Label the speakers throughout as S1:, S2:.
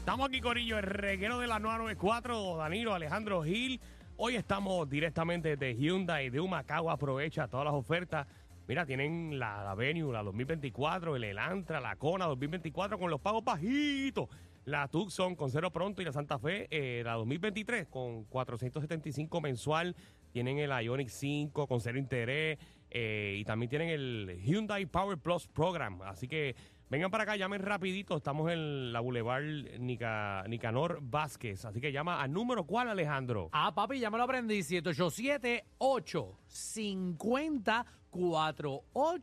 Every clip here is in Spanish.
S1: Estamos aquí, Corillo, el reguero de la 994, Danilo Alejandro Gil. Hoy estamos directamente de Hyundai de Humacao. Aprovecha todas las ofertas. Mira, tienen la, la Venue, la 2024, el Elantra, la Kona 2024 con los pagos bajitos. La Tucson con cero pronto y la Santa Fe, eh, la 2023 con 475 mensual. Tienen el Ionic 5 con cero interés eh, y también tienen el Hyundai Power Plus Program. Así que vengan para acá, llamen rapidito. Estamos en la Boulevard Nica- Nicanor Vázquez. Así que llama a número cuál, Alejandro.
S2: Ah, papi, ya me lo aprendí.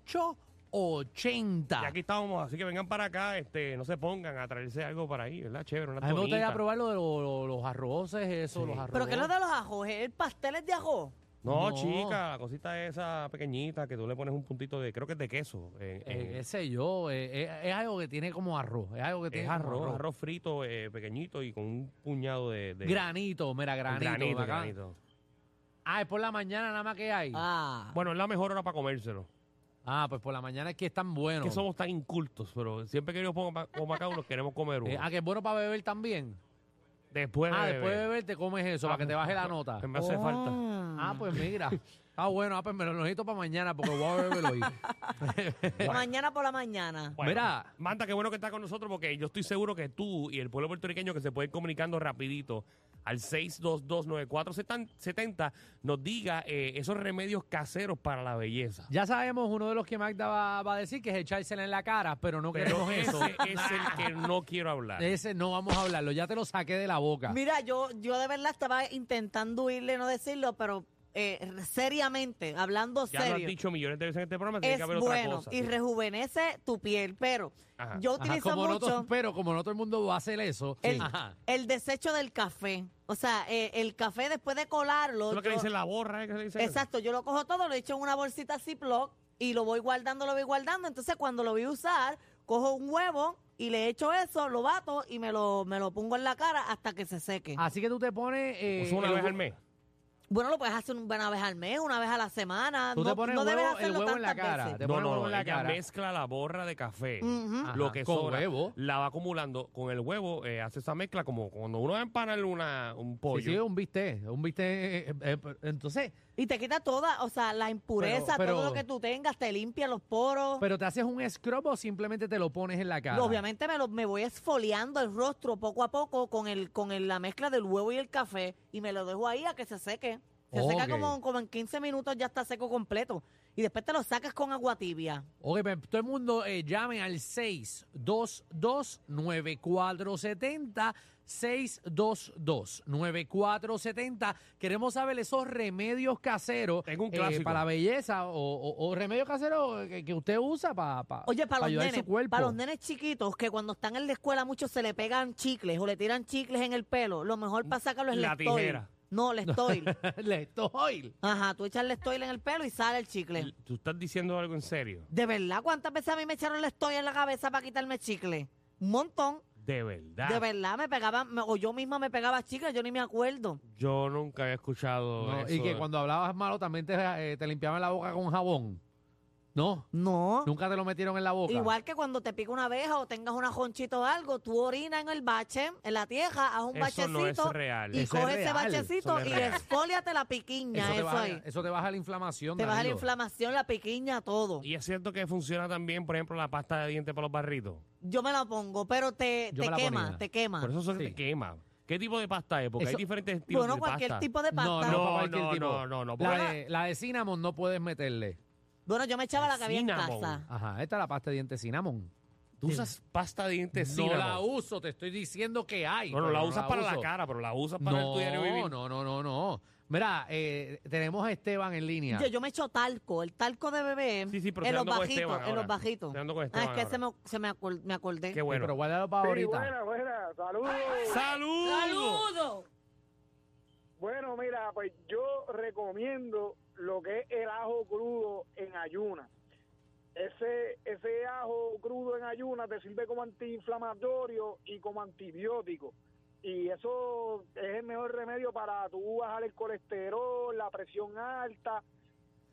S2: 787-850-4880.
S1: Y aquí estamos, así que vengan para acá, este, no se pongan a traerse algo para ahí, ¿verdad? Chévere, una
S2: A mí me gustaría
S1: tonita.
S2: probar lo de lo- lo- los arroces, eso, los arroces.
S3: ¿Pero qué es lo de los ajos? ¿El pastel es de ajo?
S1: No,
S2: No.
S1: chica, la cosita esa pequeñita que tú le pones un puntito de, creo que es de queso. eh,
S2: Eh,
S1: eh,
S2: qué sé yo, eh, eh, es algo que tiene como arroz. Es algo que tiene
S1: es
S2: como
S1: arroz, arroz frito eh, pequeñito y con un puñado de... de-
S2: Granito, mira, granito.
S1: granito,
S2: acá.
S1: granito.
S2: Ah, es por la mañana nada más que hay. Ah,
S3: Ah.
S1: Bueno, es la mejor hora para comérselo.
S2: pues por la mañana es que es tan
S1: Es
S2: bueno.
S1: que somos tan incultos, pero siempre que yo pongo pa- como acá, nos queremos comer uno.
S2: Eh, ah, que es bueno para beber también.
S1: después de
S2: ah,
S1: beber.
S2: después de beber te comes eso,
S1: Ah,
S2: para que te baje la nota.
S1: Me hace
S3: Oh.
S1: falta.
S2: Ah, pues mira. Ah, bueno, ah, pues me lo necesito para mañana porque voy a beber hoy.
S3: pues, Mañana por la mañana.
S1: Bueno,
S2: Mira.
S1: Manta, qué bueno que está con nosotros porque yo estoy seguro que tú y el pueblo puertorriqueño que se pueden ir comunicando rapidito al 6229470 nos diga eh, esos remedios caseros para la belleza.
S2: Ya sabemos uno de los que Magda va, va a decir que es echársela en la cara, pero no
S1: Pero
S2: queremos
S1: ese
S2: eso.
S1: es el que no quiero hablar.
S2: Ese no vamos a hablarlo, ya te lo saqué de la boca.
S3: Mira, yo, yo de verdad estaba intentando huirle, no decirlo, pero eh, seriamente, hablando
S1: ya lo has
S3: serio,
S1: dicho millones de veces en este programa, tiene
S3: es
S1: que haber otra
S3: bueno
S1: cosa. Ah,
S3: y rejuvenece tu piel. Pero
S1: Ajá.
S3: yo
S2: Ajá,
S3: utilizo
S2: como no
S3: mucho...
S2: to- pero como no todo el mundo va a hacer eso, eh,
S3: El-
S2: ajá.
S3: El desecho del café. O sea, eh, el café después de
S1: Eso
S3: colarlo.
S1: es lo que
S3: yo-
S1: le dice la borra, ¿eh? que le dice
S3: Exacto, yo lo cojo todo, lo echo en una bolsita Ziploc y lo voy guardando, lo voy guardando. Entonces, cuando lo voy a usar, cojo un huevo y le echo eso, lo bato y me lo, me lo pongo en la cara hasta que se seque.
S2: Así que tú te pones... eh,
S1: Usa Pues una
S2: el
S1: vez
S2: hue-
S1: al mes.
S3: Bueno, lo puedes hacer una vez al mes, una vez a la semana.
S2: Tú
S3: no
S2: te pones
S3: no
S2: el
S3: debes
S2: huevo- el
S3: hacerlo
S2: huevo en la
S3: tantas
S2: cara.
S3: veces.
S1: No,
S2: Te pone el
S1: no,
S2: huevo en la
S1: ella
S2: cara.
S1: mezcla la borra de café.
S3: Ujú.
S2: Ajá,
S1: lo que
S2: con
S1: sobra,
S2: huevo.
S1: la va acumulando con el huevo, eh, hace esa mezcla como cuando uno va a empanar una, un pollo.
S2: Sí, sí, un bistec, un bistec... eh, eh, eh, entonces,
S3: Y te quita toda, o sea, la impureza,
S2: Pero-
S3: todo
S2: pero-
S3: lo que tú tengas, te limpia los poros.
S2: ¿pero te haces un scrub o simplemente te lo pones en la cara?
S3: Obviamente me, lo, me voy esfoliando el rostro poco a poco con el con el- la mezcla del huevo y el café y me lo dejo ahí a que se seque. Se
S2: Ok.
S3: seca como, como en 15 minutos, ya está seco completo. Y después te lo sacas con agua tibia.
S2: Ok, pues, todo el mundo eh, llame al 622-9470, 622-9470. Queremos saber esos remedios caseros
S1: Tengo un
S2: eh,
S1: clásico.
S2: para la belleza o, o- o remedios caseros que, que usted usa para
S3: Oye, para los
S2: ayudar
S3: nenes,
S2: su cuerpo.
S3: para los nenes chiquitos que cuando están en la escuela muchos se le pegan chicles o le tiran chicles en el pelo, lo mejor para sacarlo es
S1: La
S3: Lestoil.
S1: tijera.
S3: No, Lestoil.
S2: Le estoy.
S3: Ajá, tú echas Lestoil en el pelo y sale el chicle.
S1: Tú estás diciendo algo en serio.
S3: De verdad, ¿cuántas veces a mí me echaron Lestoil en la cabeza para quitarme chicle? Un montón.
S1: De verdad.
S3: De verdad, me pegaban, me- o yo misma me pegaba chicas, yo ni me acuerdo.
S1: Yo nunca había escuchado
S2: No,
S1: eso.
S2: y que cuando hablabas malo también te, eh, te limpiaban la boca con jabón. No,
S3: No.
S2: nunca te lo metieron en la boca.
S3: Igual que cuando te pica una abeja o tengas una jonchita o algo, tú orinas en el bache, en la tierra, haz un
S1: Eso
S3: bachecito
S1: no es real.
S3: y
S2: Eso es
S3: coge ese
S2: real.
S3: bachecito
S1: Eso no es
S3: y
S1: real.
S3: exfoliate la piquiña,
S2: eso,
S3: eso,
S2: te baja,
S3: ahí.
S2: eso te baja la inflamación.
S3: Te baja la
S2: Danilo.
S3: inflamación, la piquiña, todo.
S1: Y es cierto que funciona también, por ejemplo, la pasta de dientes para los barritos.
S3: Yo me la pongo, pero te,
S2: Yo
S3: te
S2: me la
S3: quema,
S2: ponía.
S3: te quema.
S1: Por eso se
S2: Sí.
S1: te quema. ¿Qué tipo de pasta es? Porque
S2: Eso-
S1: hay diferentes tipos
S3: Bueno,
S1: de
S3: cualquier
S1: pasta.
S3: tipo de
S2: No,
S3: pasta.
S2: no,
S1: No,
S2: para cualquier
S1: no,
S2: tipo.
S1: no, no, no,
S2: La
S1: porque-
S2: de, la de cinnamon no puedes meterle.
S3: Bueno, yo me echaba la que había en
S1: Cinnamon.
S3: casa.
S2: Ajá, esta es la pasta de dientes cinnamon.
S1: ¿Tú usas pasta de dientes
S2: no
S1: cinnamon?
S2: la uso, te estoy diciendo que hay.
S1: Bueno,
S2: pero
S1: la usas para la
S2: uso.
S1: cara, pero la usas para el
S2: No,
S1: tu diario vivir.
S2: no, no, no, no. Mira, eh, tenemos a Esteban en línea.
S3: Yo, yo me echo talco, el talco de bebé
S1: Sí, sí, pero
S3: en
S1: estoy
S3: los
S1: dando con
S3: bajitos,
S1: Esteban
S3: en los
S1: ahora.
S3: bajitos.
S1: Estoy dando con
S3: Ah, es
S1: Esteban
S3: que se me,
S1: ahora.
S3: se me, acol- me acordé.
S1: Qué
S2: Sí, Eh, pero
S1: bueno.
S2: guárdalo para
S4: Sí,
S2: ahorita.
S4: buena, buena, saludos.
S1: ¡Salud!
S4: Bueno, mira, pues yo recomiendo lo que es el ajo crudo en ayuna. Ese, ese ajo crudo en ayuna te sirve como antiinflamatorio y como antibiótico. Y eso es el mejor remedio para tú bajar el colesterol, la presión alta.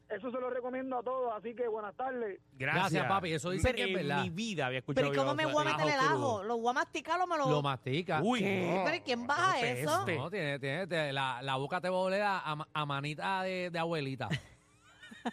S4: Eso se lo recomiendo a todos, así que buenas tardes.
S1: Gracias,
S2: Gracias, papi, eso dice
S1: En
S2: que es verdad.
S1: mi vida había escuchado
S3: Pero ¿y cómo
S1: yo
S3: me voy a meter el ajo?
S1: crudo.
S3: ¿Lo voy a masticar o me lo.?
S2: Lo mastica.
S1: Uy,
S3: ¿Qué?
S1: no,
S3: ¿Pero y quién
S1: para
S3: baja
S1: que no te
S3: eso?
S1: este.
S2: No, tiene, tiene, te- la, la boca te va a oler a, a ma- a manita de, de abuelita.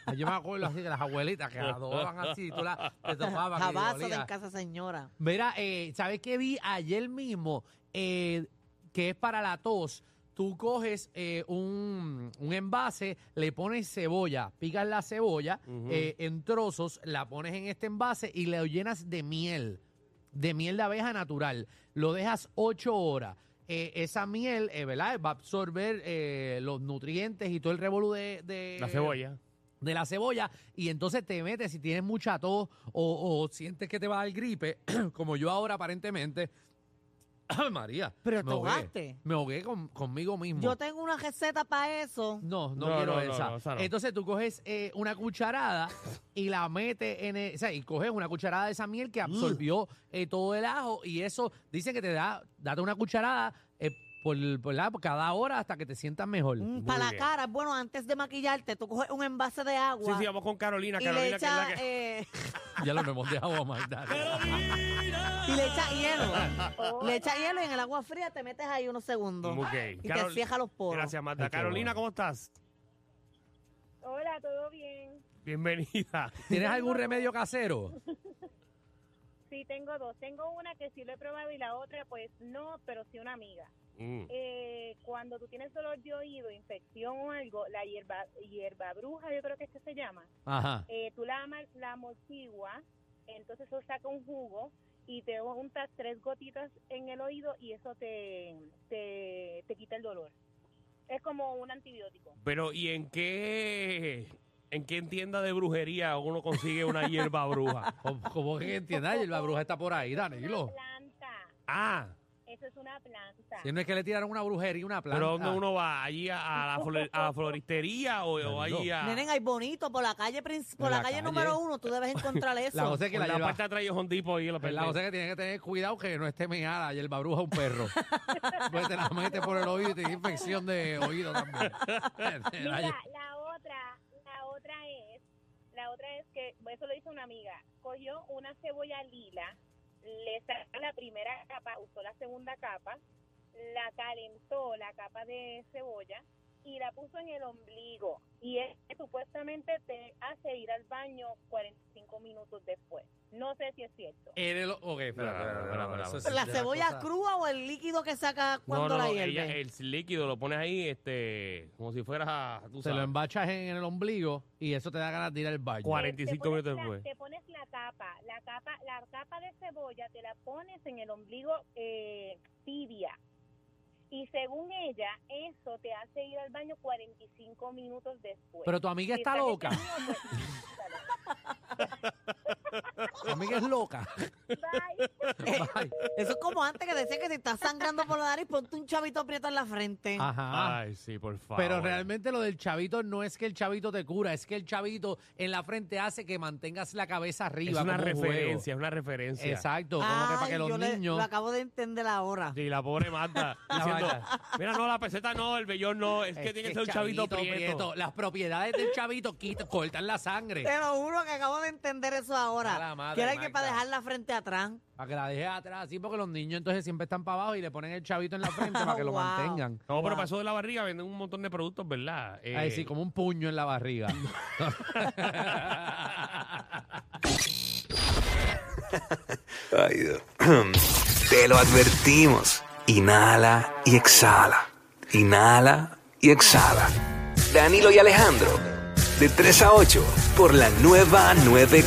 S2: Ay, Yo me acuerdo así que las abuelitas que adoban así, tú la, te topaban y
S3: Jabazo de
S2: olía.
S3: en casa, señora.
S2: Mira, eh, ¿sabes qué vi ayer mismo? Eh, que es para la tos. Tú coges eh, un, un envase, le pones cebolla, picas la cebolla
S1: Ujú.
S2: eh, en trozos, la pones en este envase y lo llenas de miel, de miel de abeja natural. Lo dejas ocho horas. Eh, esa miel, eh, ¿verdad? Va a absorber eh, los nutrientes y todo el revolú de, de-
S1: La cebolla.
S2: de la cebolla y entonces te metes si tienes mucha tos o, o sientes que te va a dar gripe, como yo ahora aparentemente. ¡Ay, María!
S3: Pero
S2: me
S3: te
S2: ahogué.
S3: ahogaste.
S2: Me ahogué con- conmigo mismo.
S3: Yo tengo una receta para eso.
S2: No, no,
S1: No,
S2: quiero
S1: no, no,
S2: esa.
S1: no, esa no.
S2: Entonces tú coges eh, una cucharada y la metes en el, o sea, y coges una cucharada de esa miel
S3: Mm.
S2: que absorbió eh, todo el ajo y eso dicen que te da, date una cucharada eh, por, por la- por cada hora hasta que te sientas mejor.
S1: Muy
S3: para la
S1: bien.
S3: cara, bueno, antes de maquillarte, tú coges un envase de
S1: Sí,
S3: agua
S1: sí, vamos con Carolina.
S3: y le
S1: Carolina, que es la
S3: echas
S1: que...
S3: eh,
S2: Ya lo hemos dejado a Magdalena.
S3: y le echas hielo. Oh. le echas hielo y en el agua fría te metes ahí unos segundos.
S1: Ok.
S3: Y
S1: Carol-
S3: te cierra los poros.
S1: Gracias, Marta.
S2: Ay, qué
S1: Carolina,
S2: bueno.
S1: ¿cómo estás?
S5: Hola, ¿todo bien?
S1: Bienvenida.
S2: ¿Tienes algún remedio casero?
S5: Sí, tengo dos. Tengo una que sí lo he probado y la otra pues no, pero sí una amiga.
S1: Mm.
S5: Eh, cuando tú tienes dolor de oído, infección o algo, la hierba, hierba bruja, yo creo que es que se llama,
S2: Ajá.
S5: eh, tú la, ama- la amortigua, entonces eso saca un jugo y te untas tres gotitas en el oído y eso te, te, te quita el dolor. Es como un antibiótico.
S1: Pero, ¿y en qué, en qué tienda de brujería uno consigue una hierba bruja?
S2: ¿Cómo, cómo que entiendes? Ayer La bruja está por ahí,
S5: Una
S2: Danilo.
S5: planta.
S1: Ah,
S5: Eso es una planta.
S2: Si no es que le tiraron una brujería, una planta.
S1: pero ¿dónde uno va? ¿Allí a, a la, flor- a la floristería o, o allí a
S3: Nenen, hay bonito por la calle princi- por
S2: En
S3: la,
S2: la
S3: calle,
S2: calle.
S3: número uno, tú debes encontrar eso.
S2: La José que
S1: por
S2: la
S1: la,
S2: hierba-
S1: parte de atrás de Home Depot ahí en la
S2: ¿verdad?
S1: pendeja?
S2: O sea que tiene que tener cuidado que no esté meada la hierba bruja a un perro. Pues te la mete por el oído y te da infección de oído también.
S5: Mira, la otra, la otra es, la otra es que, pues, eso lo hizo una amiga, cogió una cebolla lila, le sacó la primera capa, usó la segunda capa, la calentó la capa de cebolla y la puso en el ombligo. Y es que supuestamente te hace ir al baño 45 minutos después. No sé si es cierto.
S2: En el- ok, espera, espera, espera, espera, eso es
S3: ¿La
S2: de
S3: cebolla
S2: cosa-
S3: crúa o el líquido que saca
S1: No,
S3: cuando
S1: no,
S3: la
S1: no,
S3: hierve?
S1: ella- el líquido lo pones ahí, este, como si fueras a, tú
S2: Te lo
S1: sabes,
S2: embachas en el ombligo y eso te da ganas de ir al baño.
S1: Cuare-
S5: Te- te
S1: 45
S5: pones
S1: minutos
S5: la-
S1: después.
S5: Te pones la capa, la capa, la capa de cebolla te la pones en el ombligo eh, tibia. Y según ella, eso te hace ir al baño 45 minutos después.
S2: Pero tu amiga
S5: Si
S2: está
S5: estás
S2: loca.
S5: detenido, pues,
S2: Tu amiga es loca.
S5: bye.
S2: Bye.
S3: Eso es como antes que decía que si estás sangrando por la nariz, ponte un chavito prieto en la frente.
S2: Ajá.
S1: Ay, sí, por favor.
S2: Ah. Pero realmente lo del chavito no es que el chavito te cura, es que el chavito en la frente hace que mantengas la cabeza
S1: Es
S2: arriba.
S1: una
S2: como un juego.
S1: referencia, es una referencia.
S2: Exacto, como que para
S3: Ay,
S2: que
S3: yo
S2: los
S3: le-
S2: niños.
S3: Lo acabo de entender ahora.
S1: Y la pobre Marta diciendo, mira, no, la peseta no, el vellón no, es que
S2: Es
S1: tiene que
S2: que
S1: ser un chavito, prieto.
S2: Las propiedades del chavito quita- cortan la sangre.
S3: Te lo juro que acabo de entender eso
S2: A la
S3: ahora.
S2: madre,
S3: Que era que para
S2: Magda.
S3: dejar la frente atrás.
S2: Para que la dejes atrás, así porque los niños entonces siempre están para abajo y le ponen el chavito en la frente para que lo
S3: Wow.
S2: mantengan.
S1: No, pero
S3: Wow.
S1: pasó de la barriga, venden un montón de productos, ¿verdad? Eh,
S2: Ay, sí, como un puño en la barriga.
S6: Ay, Dios. Te lo advertimos. Inhala y exhala. Inhala y exhala. Danilo y Alejandro, de 3 a 8, por la nueva 9.